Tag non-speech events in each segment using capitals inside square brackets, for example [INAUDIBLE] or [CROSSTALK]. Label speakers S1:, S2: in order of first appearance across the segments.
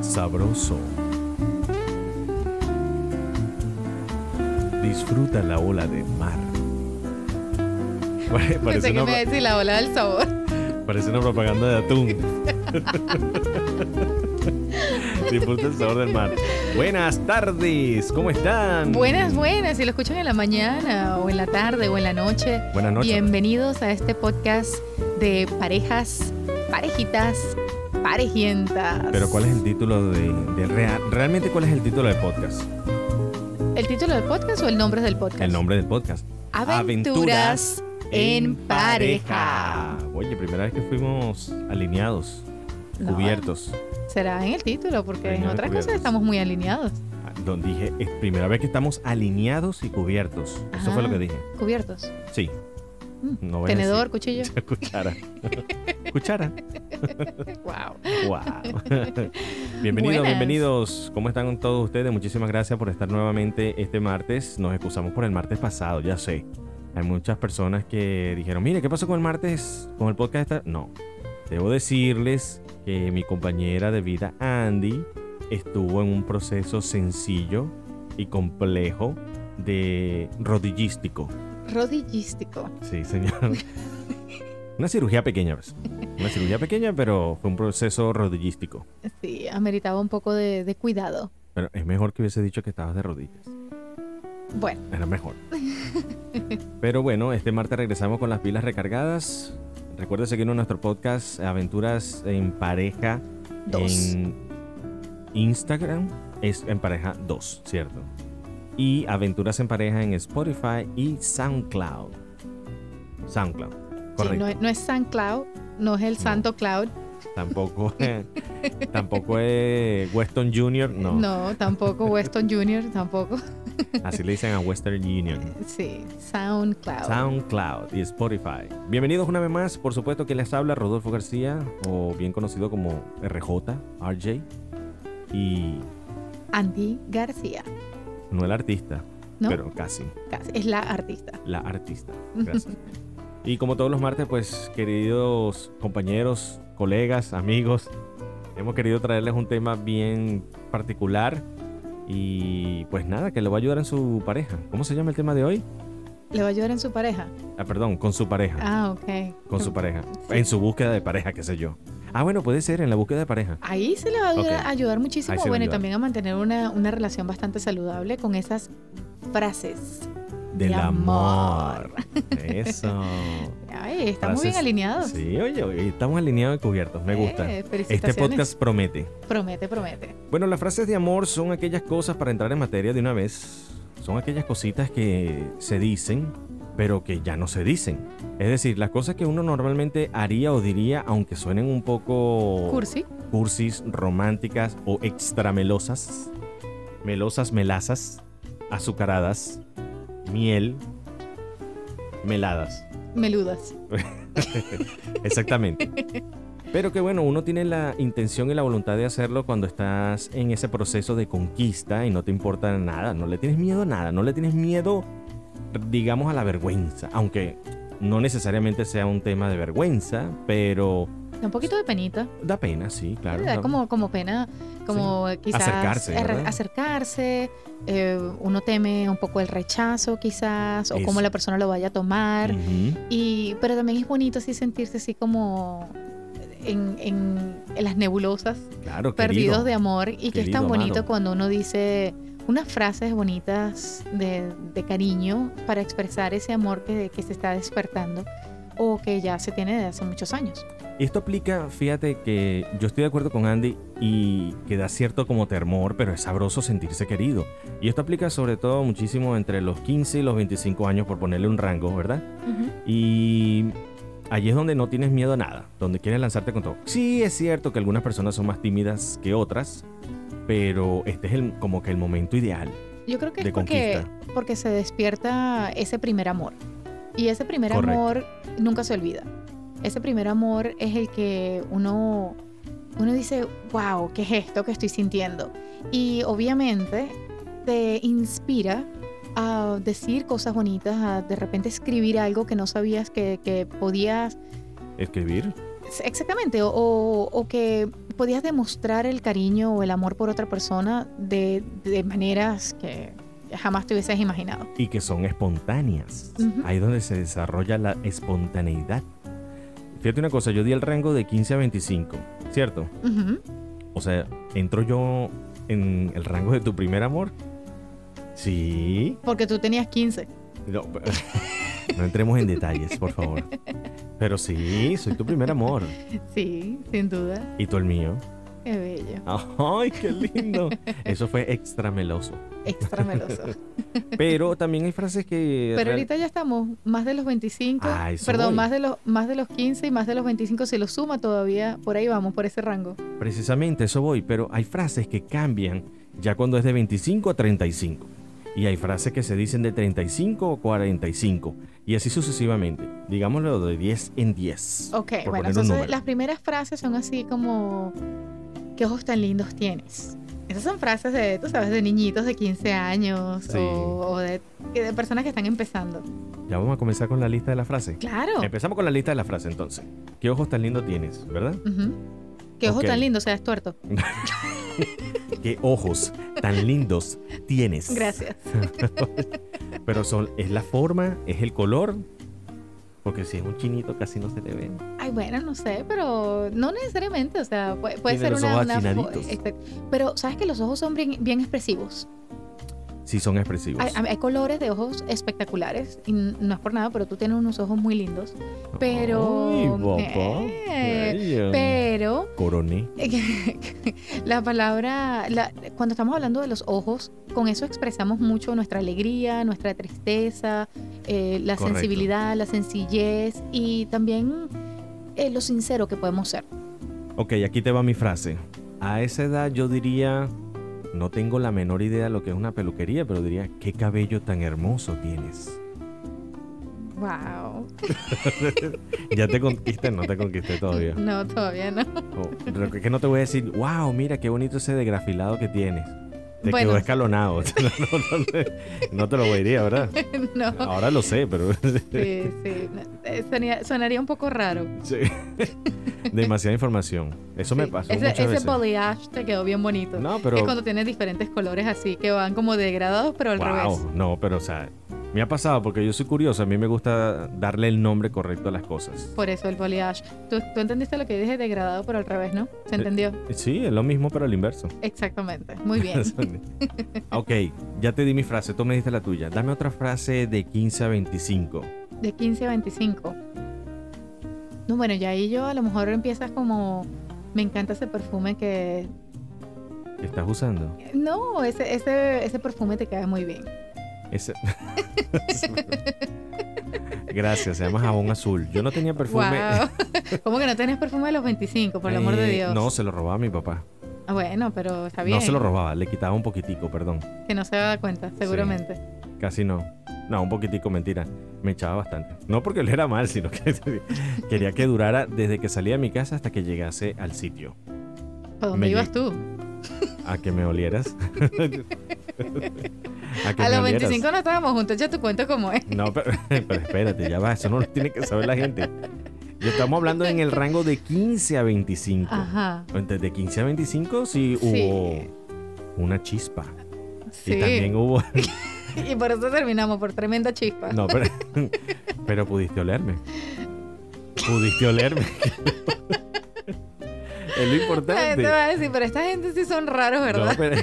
S1: sabroso. Disfruta la ola de mar. [LAUGHS] Pare-
S2: Pensé
S1: Parece
S2: que
S1: una,
S2: me iba a decir la ola del sabor.
S1: parece una propaganda de
S2: [LAUGHS]
S1: atún. Disfruta el sabor del mar. Buenas tardes, ¿cómo están?
S2: Buenas, buenas. Si lo escuchan en la mañana, o en la tarde, o en la noche.
S1: Buenas noches.
S2: Bienvenidos a este podcast de parejas, parejitas, parejientas.
S1: Pero ¿cuál es el título de, de rea- realmente cuál es el título del podcast?
S2: ¿El título del podcast o el nombre del podcast?
S1: El nombre del podcast.
S2: Aventuras, en pareja.
S1: Oye, primera vez que fuimos alineados,
S2: No,
S1: cubiertos.
S2: Será en el título, porque en
S1: Alineados y
S2: otras cosas
S1: cubiertos.
S2: estamos muy alineados.
S1: Donde dije, es primera vez que estamos alineados y cubiertos. Eso
S2: Ajá.
S1: fue lo que dije.
S2: Cubiertos.
S1: Sí.
S2: Ah. Mm,
S1: No vayas a [LAUGHS]
S2: Tenedor, cuchillo.
S1: decir-
S2: [LAUGHS]
S1: Cuchara. Cuchara.
S2: wow.
S1: Wow. Bienvenidos,
S2: Buenas.
S1: bienvenidos. ¿Cómo están todos ustedes? Muchísimas gracias por estar nuevamente este martes. Nos excusamos por el martes pasado, ya sé. Hay muchas personas que dijeron, mire, ¿qué pasó con el martes? ¿Con el podcast? esta-?" No. Debo decirles que mi compañera de vida, Andy, estuvo en un proceso sencillo y complejo de rodillístico.
S2: Rodillístico.
S1: Sí, señor. Una cirugía pequeña, pues. Una cirugía pequeña, pero fue un proceso rodillístico.
S2: Sí, ameritaba un poco de, de cuidado.
S1: Pero es mejor que hubiese dicho que estabas de rodillas.
S2: Bueno,
S1: Era
S2: [LAUGHS]
S1: mejor. Pero bueno, este martes regresamos con las pilas recargadas. Recuerda seguirnos en nuestro podcast Aventuras en Pareja
S2: dos.
S1: en Instagram. Es en pareja 2, ¿cierto? Y Aventuras en Pareja en Spotify y SoundCloud. SoundCloud.
S2: Sí,
S1: Correcto.
S2: no, es- no es San Cloud, no es el Santo Cloud, [LAUGHS]
S1: Tampoco, eh, tampoco es Weston Jr. No,
S2: no, tampoco Weston Jr., tampoco. [LAUGHS]
S1: Así le dicen a Western Union.
S2: Sí, SoundCloud.
S1: SoundCloud y Spotify. Bienvenidos una vez más. Por supuesto que les habla Rodolfo García, o bien conocido como RJ, RJ. Y
S2: Andy García,
S1: no el artista,
S2: ¿no?
S1: pero casi.
S2: Casi, Es la artista.
S1: La artista.
S2: [LAUGHS]
S1: Gracias. y como todos los martes, pues, queridos compañeros, colegas, amigos, hemos querido traerles un tema bien particular. Y pues nada, que le va a ayudar en su pareja. ¿Cómo se llama el tema de hoy?
S2: ¿Le va a ayudar en su pareja?
S1: Ah, perdón, con su pareja.
S2: Ah, ok.
S1: Con su pareja. En su búsqueda de pareja, qué sé yo. Ah, bueno, puede ser en la búsqueda de pareja.
S2: Ahí se le va a ayudar,
S1: Ok.
S2: ayudar muchísimo.
S1: Ahí se le va a
S2: Bueno, y
S1: ayudar.
S2: también a mantener una, una relación bastante saludable con esas frases.
S1: Del
S2: De amor.
S1: amor. Eso.
S2: Ay, estamos
S1: Frases-
S2: bien alineados.
S1: Sí, oye, oye, estamos alineados y cubiertos. Me gusta.
S2: Oh. Eh,
S1: Este
S2: felicitaciones.
S1: podcast promete.
S2: promete, promete.
S1: Bueno, las frases de amor son aquellas cosas para entrar en materia de una vez. Son aquellas cositas que se dicen, pero que ya no se dicen. Es decir, las cosas que uno normalmente haría o diría, aunque suenen un poco
S2: Cursi.
S1: cursis, románticas o extramelosas, melosas, melazas, azucaradas, miel,
S2: [LAUGHS]
S1: meladas.
S2: Meludas.
S1: Exactamente. Pero que bueno, uno tiene la intención y la voluntad de hacerlo cuando estás en ese proceso de conquista y no te importa nada, no le tienes miedo a nada, no le tienes miedo, digamos, a la vergüenza, aunque no necesariamente sea un tema de vergüenza, pero
S2: Da un poquito de penita.
S1: da pena, sí, claro.
S2: da
S1: da-
S2: como, como pena, como quizás
S1: Acercarse,
S2: er-
S1: ¿verdad?
S2: acercarse, eh, uno teme un poco el rechazo quizás, o
S1: Eso.
S2: cómo la persona lo vaya a tomar,
S1: Ujú.
S2: y, pero también es bonito así sentirse así como en, en- en las nebulosas,
S1: Claro,
S2: perdidos
S1: querido.
S2: de amor, y que es
S1: querido
S2: tan bonito
S1: amado.
S2: cuando uno dice unas frases bonitas de, de cariño para expresar ese amor que, que se está despertando o que ya se tiene desde hace muchos años.
S1: Esto aplica, fíjate que yo estoy de acuerdo con Andy y que da cierto como temor, pero es sabroso sentirse querido. Y esto aplica sobre todo muchísimo entre los 15 y los 25 años, por ponerle un rango, ¿verdad? Y allí es donde no tienes miedo a nada, donde quieres lanzarte con todo. Sí, es cierto que algunas personas son más tímidas que otras, pero este es el, como que el momento ideal.
S2: Yo creo que
S1: de
S2: es porque,
S1: conquista.
S2: porque se despierta ese primer amor. Y ese primer
S1: Correcto.
S2: amor nunca se olvida. Ese primer amor es el que uno, uno dice, wow, ¿qué es esto que estoy sintiendo? Y obviamente te inspira a decir cosas bonitas, a de repente escribir algo que no sabías que, que podías
S1: Escribir.
S2: Exactamente, o, o- o que podías demostrar el cariño o el amor por otra persona de, de maneras que jamás te hubieses imaginado.
S1: y que son espontáneas.
S2: Ujú.
S1: Ahí es donde se desarrolla la espontaneidad. Fíjate una cosa, yo di el rango de 15 a 25, ¿cierto?
S2: Ujú.
S1: O sea, ¿entro yo en el rango de tu primer amor? Sí.
S2: Porque tú tenías 15.
S1: No, pero- [LAUGHS] no entremos en detalles, por favor. Pero sí, soy tu primer amor.
S2: [LAUGHS] Sí, sin duda.
S1: Y tú el mío.
S2: Qué bello.
S1: ¡Ay, qué lindo! Eso fue extra meloso.
S2: Extra
S1: [LAUGHS]
S2: meloso.
S1: Pero también hay frases que...
S2: Pero
S1: real-
S2: ahorita ya estamos más de los 25,
S1: Ah, eso voy.
S2: perdón, más de, los, más de los 15 y más de los 25 si lo suma todavía, por ahí vamos, por ese rango.
S1: Precisamente eso voy, pero hay frases que cambian ya cuando es de 25 a 35. Y hay frases que se dicen de 35 a 45. Y así sucesivamente. Digámoslo de 10 en 10.
S2: Ok,
S1: por
S2: bueno,
S1: poner un
S2: entonces
S1: número.
S2: las primeras frases son así como, ¿qué ojos tan lindos tienes? Esas son frases de, tú sabes, de niñitos de 15 años
S1: Sí.
S2: o, o de, que de personas que están empezando.
S1: Ya vamos a comenzar con la lista de la frase.
S2: Claro.
S1: Empezamos con la lista de la frase entonces. ¿Qué ojos tan lindos tienes, verdad?
S2: Ujú. ¿Qué ojos
S1: Ok.
S2: tan lindos? Seas tuerto.
S1: ¿Qué ojos tan lindos tienes?
S2: Gracias.
S1: Pero son, es la forma, es el color. Porque si es un chinito casi no se le ve.
S2: Ay, bueno, no sé, pero no necesariamente, o sea, puede, puede
S1: Tiene
S2: ser
S1: los
S2: una...
S1: ojos
S2: una fo-
S1: atinaditos.
S2: exacto. Pero, ¿sabes que los ojos son bien, bien expresivos?
S1: Sí son expresivos.
S2: Hay, hay colores de ojos espectaculares, y n- no es por nada, pero tú tienes unos ojos muy lindos. Pero...
S1: Ay, papá.
S2: Eh,
S1: Bello.
S2: pero [LAUGHS]
S1: Coroné.
S2: la palabra, la- cuando estamos hablando de los ojos, con eso expresamos mucho nuestra alegría, nuestra tristeza, eh, la
S1: Correcto.
S2: sensibilidad, la sencillez y también eh, lo sincero que podemos ser.
S1: Ok, aquí te va mi frase. A esa edad yo diría, no tengo la menor idea de lo que es una peluquería, pero diría, qué cabello tan hermoso tienes.
S2: Wow.
S1: Ya te conquisté, no te conquisté todavía.
S2: No, todavía no.
S1: Oh, pero que que no te voy a decir, wow, mira qué bonito ese desgrafilado que tienes. Te
S2: Bueno.
S1: quedó escalonado. [LAUGHS] No, no, no, no te lo voy a decir, ¿verdad?
S2: [LAUGHS] no.
S1: Ahora lo sé, pero [LAUGHS]
S2: Sí, sí. no, eh, sonía- sonaría un poco raro.
S1: sí. demasiada información. Eso me
S2: Sí,
S1: pasó
S2: Ese,
S1: muchas
S2: ese
S1: veces.
S2: balayage te quedó bien bonito.
S1: No, pero
S2: Es cuando tienes diferentes colores así que van como degradados, pero al
S1: Wow,
S2: revés.
S1: no, pero o sea, me ha pasado porque yo soy curioso, a mí me gusta darle el nombre correcto a las cosas.
S2: Por eso el balayage. ¿Tú, tú entendiste lo que dije degradado, pero al revés, ¿no?
S1: Eh.
S2: ¿Se entendió?
S1: Sí, es lo mismo pero al inverso.
S2: Exactamente. Muy
S1: [LAUGHS]
S2: bien.
S1: ok, ya te di mi frase, tú me diste la tuya. Dame otra frase de 15 a 25.
S2: De 15 a 25. No, bueno, ya ahí yo a lo mejor empiezas como. Me encanta ese perfume que.
S1: ¿Qué estás usando?
S2: No, ese, ese, ese perfume te queda muy bien.
S1: Ese- [LAUGHS] Gracias, se llama jabón azul. Yo no tenía perfume.
S2: Wow. [LAUGHS] ¿Cómo que no tenés perfume de los 25, por el amor de
S1: Eh,
S2: Dios?
S1: No, se lo robaba a mi papá.
S2: Ah, Bueno, pero está bien.
S1: No se lo robaba, le quitaba un poquitico, perdón.
S2: Que no se va a dar cuenta, seguramente.
S1: Casi no. No, un poquitico, mentira. Me echaba bastante. No porque le era mal, sino que [LAUGHS] quería que durara desde que salía de mi casa hasta que llegase al sitio.
S2: ¿Para dónde
S1: Me
S2: ibas tú?
S1: A que me olieras. [LAUGHS] a que me
S2: A los
S1: olieras.
S2: 25 no estábamos juntos, ya tu cuento como es.
S1: No, pero, [LAUGHS] pero espérate, ya va. Eso no lo tiene que saber la gente. Y estamos hablando en el rango de 15 a 25.
S2: Ajá.
S1: Entonces, de 15 a 25 sí,
S2: Sí.
S1: hubo una chispa.
S2: Sí.
S1: Y también hubo...
S2: Y por eso terminamos, por tremenda chispa.
S1: No, pero, pero pudiste olerme. Pudiste olerme. es lo
S2: La gente
S1: importante.
S2: va a decir, pero esta gente sí son raros, ¿verdad?
S1: No, pero-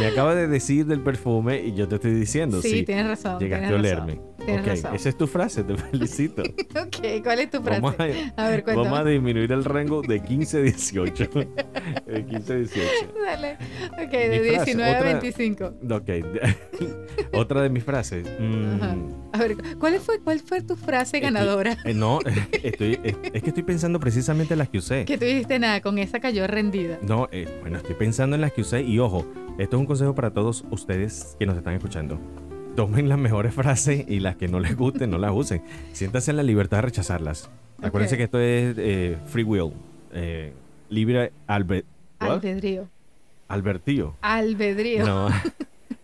S1: me acabas de decir del perfume y yo te estoy diciendo,
S2: sí,
S1: sí,
S2: tienes razón.
S1: llegaste a
S2: tienes
S1: olerme.
S2: razón, tienes
S1: ok,
S2: razón.
S1: esa es tu frase, te felicito.
S2: razón. [LAUGHS] Ok, ¿cuál es tu [LAUGHS] frase?
S1: Vamos a,
S2: A ver, cuéntame.
S1: vamos a disminuir el rango de 15 a 18. [LAUGHS] De 15 a 18.
S2: [LAUGHS] Dale. Ok, de
S1: Mi frase,
S2: 19 a
S1: otra-
S2: 25.
S1: Ok, [LAUGHS] otra de mis frases. Mm,
S2: Ajá. A ver, ¿cuál fue, cuál fue tu frase ganadora? [LAUGHS]
S1: eh, no, [LAUGHS] estoy, es, es que estoy pensando precisamente en las que usé.
S2: Que tú dijiste nada, con esa cayó rendida.
S1: No, eh, bueno, estoy pensando en las que usé y ojo, esto es un consejo para todos ustedes que nos están escuchando. Tomen las mejores frases y las que no les gusten, no las usen. Siéntanse en la libertad de rechazarlas. Acuérdense
S2: Ok.
S1: que esto es eh, free will, eh, libre albe- ¿what?
S2: Albedrío.
S1: albertío.
S2: Albedrío. [LAUGHS]
S1: No,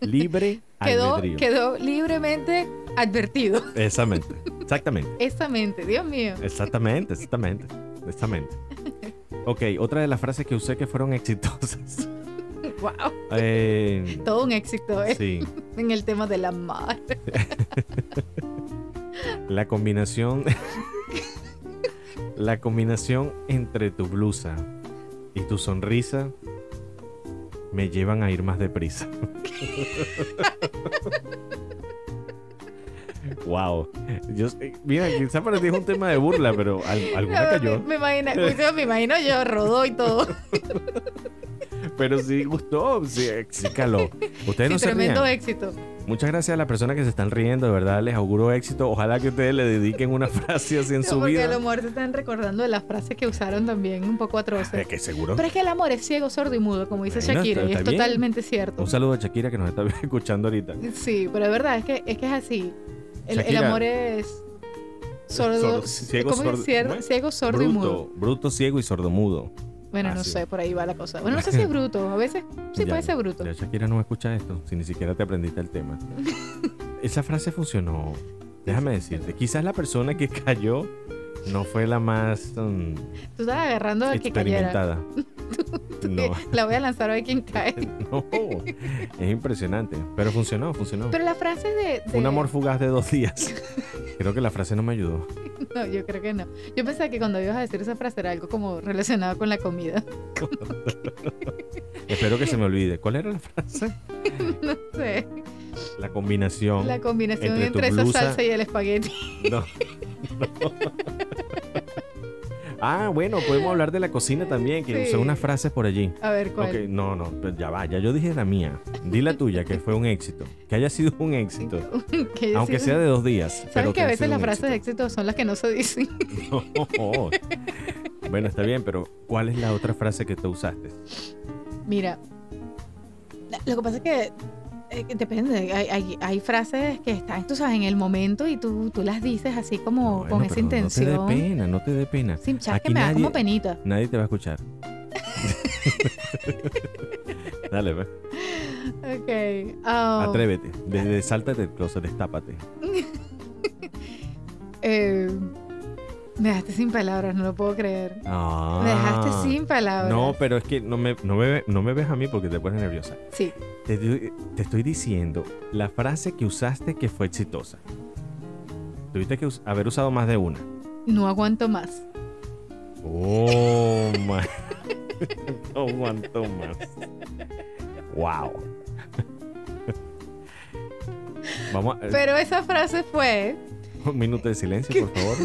S1: libre
S2: quedó,
S1: albedrío.
S2: quedó libremente advertido. [LAUGHS]
S1: Exactamente, exactamente,
S2: Esa mente, Dios mío.
S1: exactamente, exactamente, exactamente. Ok, otra de las frases que usé que fueron exitosas. [LAUGHS]
S2: Wow,
S1: Eh,
S2: todo un éxito ¿eh?
S1: sí,
S2: en el tema del amar.
S1: la combinación. [LAUGHS] la combinación entre tu blusa y tu sonrisa me llevan a ir más
S2: [LAUGHS]
S1: deprisa. wow. Yo, sé- mira, quizá para ti es un tema de burla, pero al- alguna
S2: [LAUGHS] Me,
S1: cayó.
S2: me imagina- me imagino yo, rodó y todo.
S1: Pero sí gustó, sí, sí caló. Ustedes
S2: Sí,
S1: no se
S2: tremendo
S1: rían.
S2: éxito.
S1: Muchas gracias a las personas que se están riendo, de verdad, les auguro éxito. Ojalá que ustedes le dediquen una [LAUGHS] frase así en su
S2: porque a
S1: vida.
S2: lo mejor se están recordando de las frases que usaron también, un poco
S1: Eh,
S2: atroces.
S1: que seguro.
S2: Pero es que el amor es ciego, sordo y mudo, como dice
S1: Bueno,
S2: Shakira,
S1: está-
S2: y es
S1: está bien.
S2: totalmente cierto.
S1: Un saludo a Shakira que nos está [LAUGHS] escuchando ahorita.
S2: Sí, pero es verdad, es que es, que es así. El, el
S1: Shakira.
S2: amor es sordo,
S1: Sordo, ciego,
S2: ¿cómo es?
S1: sordo-
S2: Cier-
S1: ¿cómo es?
S2: ciego, sordo y mudo.
S1: Bruto, bruto, ciego y sordomudo.
S2: Bueno, no
S1: Así.
S2: sé, por ahí va la cosa. Bueno, no sé si es bruto, a veces sí
S1: Ya,
S2: puede ser bruto.
S1: Ya Shakira no escucha esto, si ni siquiera te aprendiste el
S2: [LAUGHS]
S1: tema. Esa frase funcionó. Déjame decirte, quizás la persona que cayó no fue la más mm,
S2: Tú estás agarrando al que cayera. [LAUGHS]
S1: experimentada. No,
S2: La voy a lanzar a ver
S1: [LAUGHS]
S2: quién cae.
S1: no, es impresionante. Pero funcionó, funcionó.
S2: Pero eh, la frase de,
S1: Fue un
S2: de-
S1: amor fugaz de dos días. Creo que la frase no me ayudó.
S2: [LAUGHS] No, yo creo que no. Yo pensaba que cuando ibas a decir esa frase era algo como relacionado con la comida. [LAUGHS]
S1: Espero que se me olvide. ¿Cuál era la frase?
S2: No sé.
S1: La combinación.
S2: La combinación
S1: Entre tu
S2: entre, esa
S1: blusa-
S2: salsa y el espagueti.
S1: No.
S2: [LAUGHS]
S1: No. Ah, bueno, podemos hablar de la cocina también, que
S2: Sí.
S1: usé unas frases por allí.
S2: A ver cuál.
S1: Ok, no, no, pero ya va, ya yo dije la mía. Di la tuya, que fue un éxito. Que haya sido un
S2: [LAUGHS]
S1: éxito.
S2: Que yo
S1: Aunque
S2: sí-
S1: sea de dos días.
S2: Sabes
S1: pero
S2: que, a
S1: haya
S2: veces
S1: sido
S2: las
S1: un
S2: frases de
S1: éxito.
S2: éxito son las que no se dicen.
S1: [LAUGHS] No. Bueno, está bien, pero ¿cuál es la otra frase que tú usaste?
S2: Mira, la- lo que pasa es que eh, que depende. Hay, hay- hay frases que están, tú sabes, en el momento y tú, tú las dices así como
S1: Bueno,
S2: con esa
S1: pero No
S2: intención.
S1: te dé pena, no te dé pena.
S2: Sí, sabes que
S1: Aquí
S2: me da como
S1: nadie-
S2: penita.
S1: Nadie te va a
S2: [LAUGHS]
S1: escuchar. Dale, pues.
S2: Ok. ah,
S1: Atrévete. Desde sáltate del closet, destápate.
S2: eh, me dejaste sin palabras, no lo puedo creer.
S1: Ah.
S2: Me dejaste sin palabras.
S1: No, pero es que no me, no, me, no me ves a mí porque te pones nerviosa.
S2: Sí.
S1: Te, estoy- te estoy diciendo la frase que usaste que fue exitosa. Tuviste que us- haber usado más de una.
S2: No aguanto más.
S1: Oh, [LAUGHS] my. No aguanto más. Wow. Vamos a.
S2: Pero esa frase fue.
S1: Un minuto de silencio, por
S2: [LAUGHS]
S1: favor.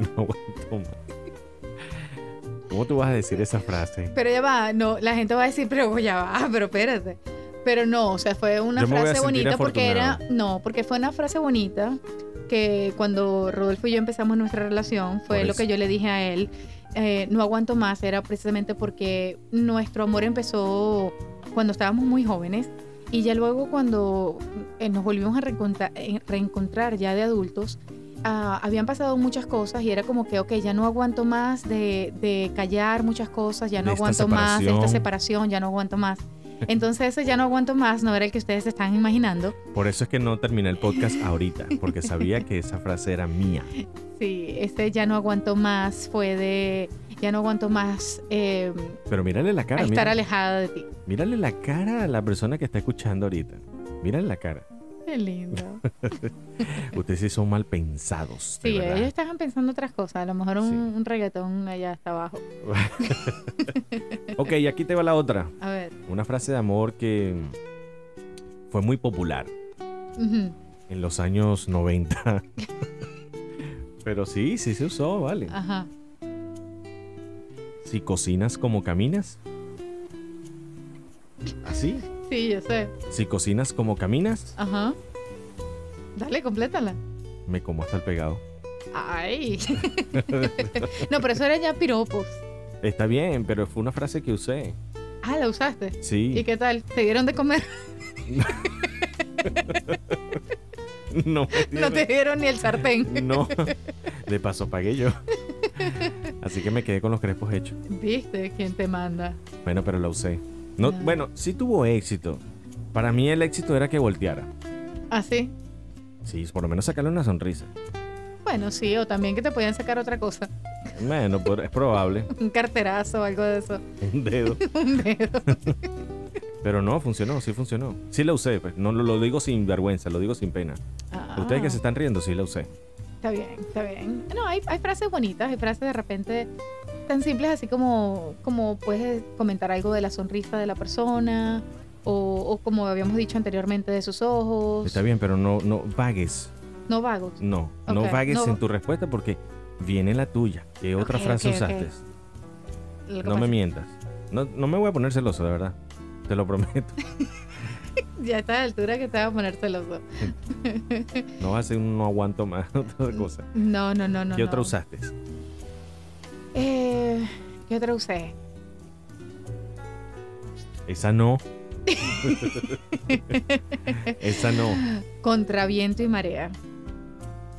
S1: No aguanto más. ¿Cómo tú vas a decir esa frase?
S2: Pero ya va, no, la gente va a decir, pero ya va, [LAUGHS] pero espérate. Pero no, o sea, fue una
S1: Yo me voy a
S2: frase
S1: sentir
S2: bonita porque era,
S1: afortunado.
S2: no, porque fue una frase bonita que cuando Rodolfo y yo empezamos nuestra relación, fue
S1: Por
S2: lo
S1: eso.
S2: que yo le dije a él, eh, no aguanto más, era precisamente porque nuestro amor empezó cuando estábamos muy jóvenes y ya luego cuando eh, nos volvimos a reencontra- eh, reencontrar ya de adultos, ah, habían pasado muchas cosas y era como que, ok, ya no aguanto más de, de callar muchas cosas, ya no
S1: De esta
S2: aguanto más de esta
S1: separación.
S2: separación, ya no
S1: [LAUGHS]
S2: aguanto más. Entonces ese ya no aguanto más no era el que ustedes se están imaginando.
S1: Por eso es que no terminé el podcast ahorita, porque sabía que esa frase era mía.
S2: Sí, este ya no aguanto más fue de, ya no aguanto más eh,
S1: Pero mírale la
S2: a
S1: cara.
S2: estar
S1: mira-
S2: alejada de ti.
S1: mírale la cara a la persona que está escuchando ahorita. Mírale la cara.
S2: Qué lindo.
S1: Ustedes sí son mal pensados. [LAUGHS] de
S2: Sí,
S1: verdad.
S2: ellos estaban pensando otras cosas, a lo mejor un,
S1: Sí.
S2: un reggaetón allá hasta abajo.
S1: Ok, aquí te va la otra.
S2: A ver.
S1: Una frase de amor que mm, fue muy popular.
S2: ujú.
S1: en los años 90. [LAUGHS] Pero sí, sí se usó, vale.
S2: Ajá.
S1: Si cocinas como caminas. Así.
S2: Sí, yo sé.
S1: Si cocinas como caminas,
S2: Ajá. Dale, complétala.
S1: me como hasta el pegado.
S2: Ay. [LAUGHS] no, pero eso era ya piropos.
S1: Está bien, pero fue una frase que usé.
S2: Ah, la usaste. ¿Y
S1: Sí.
S2: qué tal? ¿Te dieron de comer?
S1: [LAUGHS]
S2: [LAUGHS]
S1: No, me
S2: [LAUGHS] No
S1: dieron-
S2: te dieron ni el sartén. [LAUGHS]
S1: no. De paso pagué yo. Así que me quedé con los crespos hechos.
S2: ¿Viste quién te manda?
S1: Bueno, pero la usé. No,
S2: Ah.
S1: bueno, sí tuvo éxito. Para mí el éxito era que volteara.
S2: ¿Ah, sí?
S1: Sí, por lo menos sacarle una sonrisa.
S2: Bueno, sí, o también que te podían sacar otra cosa. [LAUGHS]
S1: Bueno, pero es probable. [LAUGHS]
S2: Un carterazo o algo de eso. [LAUGHS]
S1: Un dedo.
S2: Un dedo.
S1: Pero no, funcionó, sí funcionó. Sí la usé, pues. No lo, lo digo sin vergüenza, lo digo sin pena.
S2: Ah,
S1: Ustedes que se están riendo, sí la usé.
S2: Está bien, está bien. No, hay, hay frases bonitas, hay frases de repente tan simples así como, como puedes comentar algo de la sonrisa de la persona o, o como habíamos dicho anteriormente de sus ojos.
S1: Está bien, pero no, no vagues.
S2: No vagos.
S1: No, no
S2: Ok,
S1: vagues
S2: no.
S1: en tu respuesta porque viene la tuya. ¿Qué otra
S2: Ok,
S1: frase
S2: ok, ok.
S1: usaste?
S2: Lo que
S1: No me
S2: pasa-
S1: mientas. No, no me voy a poner celoso, de verdad. Te lo prometo.
S2: ya está a la altura que te vas a poner celoso.
S1: No va a ser un no aguanto más, [LAUGHS] otra cosa.
S2: No, no, Mm, no, no.
S1: ¿Qué otra
S2: no.
S1: usaste?
S2: Eh, ¿Qué otra usé?
S1: Esa
S2: [LAUGHS]
S1: no. Esa no.
S2: Contra viento y marea.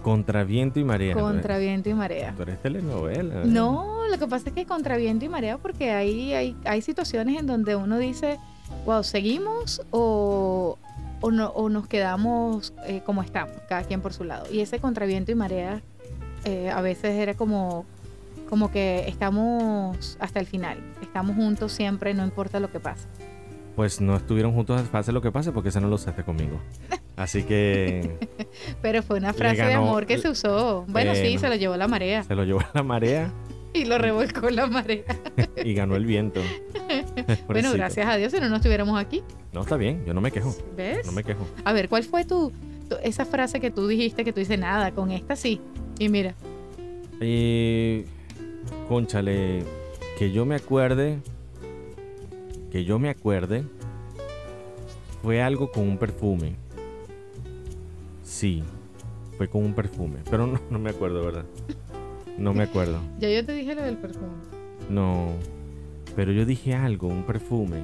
S1: Contra viento y marea.
S2: Contra viento y marea.
S1: Pero es telenovela.
S2: No, lo que pasa es que contra viento y marea, porque hay, hay, hay situaciones en donde uno dice, wow, ¿seguimos o, o no, o nos quedamos eh, como estamos, cada quien por su lado? Y ese contra viento y marea eh, a veces era como, como que estamos hasta el final, estamos juntos siempre, no importa lo que pase.
S1: Pues no estuvieron juntos, pase lo que pase, porque esa no lo usaste conmigo. Así que
S2: [LAUGHS] Pero fue una frase de
S1: ganó-
S2: amor que se usó. Bueno, sí,
S1: Bueno.
S2: se lo llevó la marea
S1: se lo llevó la marea
S2: y lo revolcó la marea.
S1: y ganó el
S2: [LAUGHS]
S1: viento. [LAUGHS]
S2: Bueno,
S1: Pobrecito.
S2: gracias a Dios si no, no estuviéramos aquí.
S1: No, está bien, yo no me quejo.
S2: ¿Ves?
S1: No me quejo.
S2: A ver, ¿cuál fue tu, tu- esa frase que tú dijiste que tú dices nada con esta sí? Y mira,
S1: Y. Conchale, que yo me acuerde. Que yo me acuerde. Fue algo con un perfume. Sí, fue con un perfume. Pero no, no me acuerdo, ¿verdad? No me acuerdo.
S2: ya yo te dije lo del perfume.
S1: No. Pero yo dije algo, un perfume.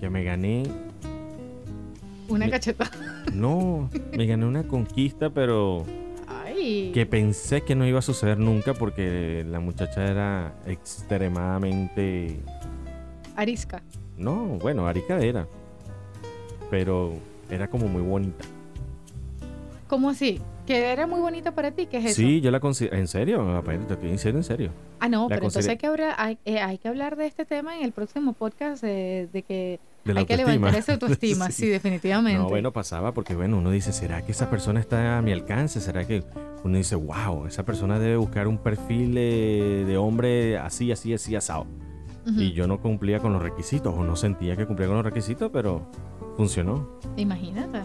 S1: Que me gané.
S2: Una
S1: Me-
S2: cachetada.
S1: No, me gané una conquista, pero.
S2: Ay.
S1: que pensé que no iba a suceder nunca porque la muchacha era extremadamente...
S2: Arisca.
S1: No, bueno, Arica era. Pero era como muy bonita.
S2: ¿Cómo así? Que era muy bonita para ti, ¿qué es eso?
S1: Sí, yo la considero... ¿En serio? Aparte, Te estoy diciendo en serio.
S2: Ah, no,
S1: la
S2: pero entonces
S1: consideré-
S2: hay que, hablar, hay, eh, hay que hablar de este tema en el próximo podcast, eh, de que
S1: De la
S2: hay que
S1: autoestima. [LAUGHS]
S2: levantar esa autoestima, sí. definitivamente.
S1: No, bueno, pasaba porque, bueno, uno dice, ¿será que esa persona está a mi alcance? ¿Será que uno dice, wow, esa persona debe buscar un perfil eh, de hombre así, así, así, asado?
S2: Ujú,
S1: Y yo no cumplía con los requisitos o no sentía que cumplía con los requisitos, pero funcionó,
S2: Imagínate.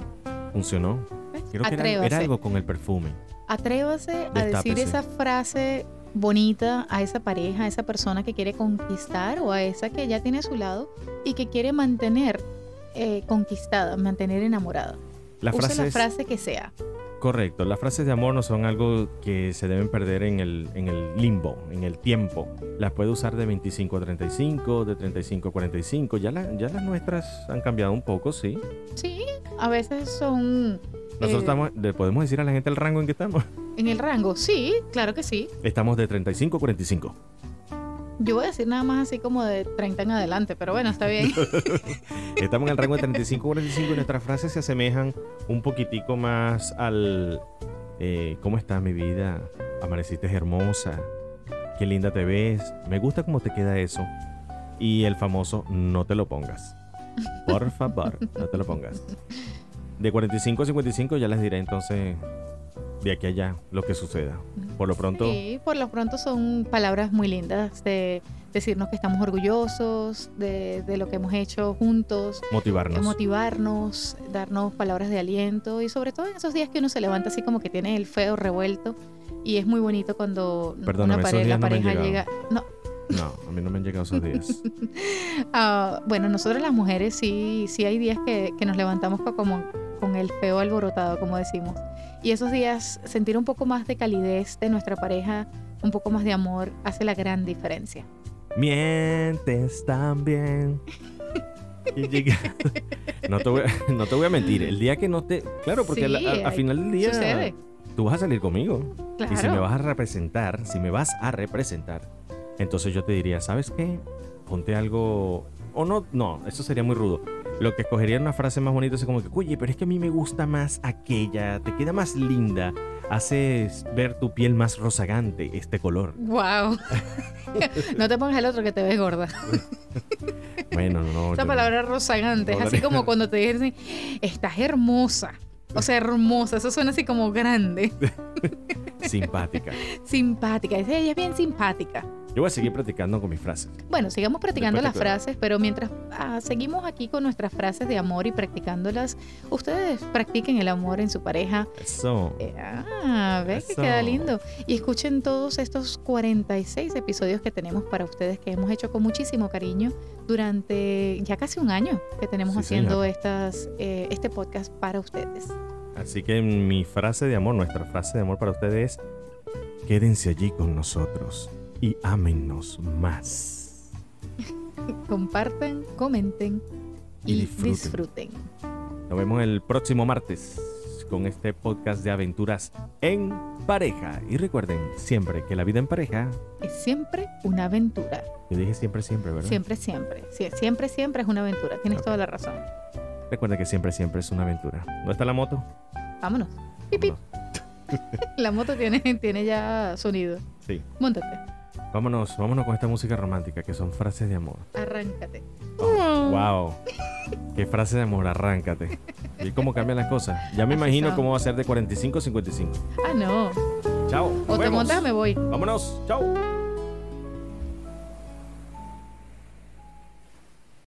S1: funcionó.
S2: ¿ves?
S1: Creo que era,
S2: Atrévase.
S1: era algo con el perfume.
S2: Atrévase a decir
S1: Destápese.
S2: esa frase bonita a esa pareja, a esa persona que quiere conquistar o a esa que ya tiene a su lado y que quiere mantener eh, conquistada, mantener enamorada.
S1: La
S2: Use
S1: frase
S2: la
S1: es
S2: frase que sea.
S1: correcto. Las frases de amor no son algo que se deben perder en el, en el limbo, en el tiempo. Las puede usar de 25 a 35, de 35 a 45. Ya, la- ya las nuestras han cambiado un poco, sí.
S2: Sí, a veces son
S1: Nosotros
S2: Eh.
S1: estamos, le podemos decir a la gente el rango en que estamos.
S2: en el rango. Sí, claro que sí.
S1: Estamos de 35 a 45.
S2: Yo voy a decir nada más así como de 30 en adelante, pero bueno,
S1: [LAUGHS]
S2: está bien.
S1: Estamos en el rango de 35 a 45 y nuestras frases se asemejan un poquitico más al eh, ¿Cómo está mi vida? Amaneciste hermosa. Qué linda te ves. Me gusta cómo te queda eso. Y el famoso no te lo pongas. Por favor, no te lo pongas. De 45 a 55 ya les diré entonces de aquí a allá lo que suceda. Por lo pronto,
S2: Sí, por lo pronto son palabras muy lindas de decirnos que estamos orgullosos de, de lo que hemos hecho juntos,
S1: motivarnos.
S2: motivarnos, darnos palabras de aliento y sobre todo en esos días que uno se levanta así como que tiene el feo revuelto y es muy bonito cuando
S1: Perdóname,
S2: una
S1: esos días
S2: pareja, la
S1: no me han
S2: pareja llega.
S1: llegado.
S2: No,
S1: no, a mí no me han llegado esos días.
S2: ah, bueno, nosotros las mujeres sí, sí hay días que, que nos levantamos co- como con el feo alborotado, como decimos. Y esos días sentir un poco más de calidez de nuestra pareja, un poco más de amor, hace la gran diferencia.
S1: Mientes también. Y llega- No te, voy, a- no te voy a mentir. El día que no te. Claro, porque al-
S2: Sí,
S1: al, al
S2: hay-
S1: final del día.
S2: Sucede,
S1: Tú vas a salir conmigo.
S2: claro.
S1: Y si me vas a representar, si me vas a representar, entonces yo te diría, ¿sabes qué? Ponte algo. O no, no, eso sería muy rudo. Lo que escogería era una frase más bonita es como que, oye, pero es que a mí me gusta más aquella, te queda más linda. haces ver tu piel más rozagante este color.
S2: Wow. [LAUGHS] no te pongas el otro que te ves gorda.
S1: Bueno, no.
S2: Esa
S1: yo-
S2: palabra rozagante es así como cuando te dicen, estás hermosa. O sea, hermosa, eso suena así como grande,
S1: Simpática.
S2: simpática. Dice, ella es bien simpática.
S1: Yo voy a seguir practicando con mis frases.
S2: Bueno, sigamos practicando las
S1: Espectacular.
S2: frases, pero mientras ah, seguimos aquí con nuestras frases de amor y practicándolas, ustedes practiquen el amor en su pareja.
S1: Eso.
S2: Eh, ah, ves que
S1: Eso.
S2: queda lindo. Y escuchen todos estos 46 episodios que tenemos para ustedes que hemos hecho con muchísimo cariño durante ya casi un año que tenemos
S1: Sí,
S2: haciendo
S1: señor.
S2: estas, eh, este podcast para ustedes. [LAUGHS]
S1: Así que mi frase de amor, nuestra frase de amor para ustedes es, quédense allí con nosotros y ámennos más.
S2: Compartan, comenten y,
S1: Y disfruten.
S2: disfruten.
S1: Nos vemos el próximo martes con este podcast de aventuras en pareja. Y recuerden siempre que la vida en pareja,
S2: Es siempre una aventura.
S1: yo dije siempre, siempre, ¿verdad?
S2: Siempre, siempre. Sí, siempre, siempre es una aventura. Tienes
S1: Ok.
S2: toda la razón.
S1: Recuerda que siempre, siempre es una aventura. ¿Dónde está la moto?
S2: Vámonos. [LAUGHS] Pip, pip. La moto tiene, tiene ya sonido.
S1: Sí.
S2: Móntate.
S1: Vámonos, vámonos con esta música romántica que son frases de amor.
S2: Arráncate.
S1: Oh, wow. Qué frase de amor, arráncate. Y cómo cambian las cosas. Ya me
S2: Así
S1: imagino
S2: son.
S1: cómo va a ser de 45 a 55.
S2: Ah, no.
S1: Chao. nos
S2: O te
S1: vemos.
S2: montas o me voy.
S1: Vámonos. Chao.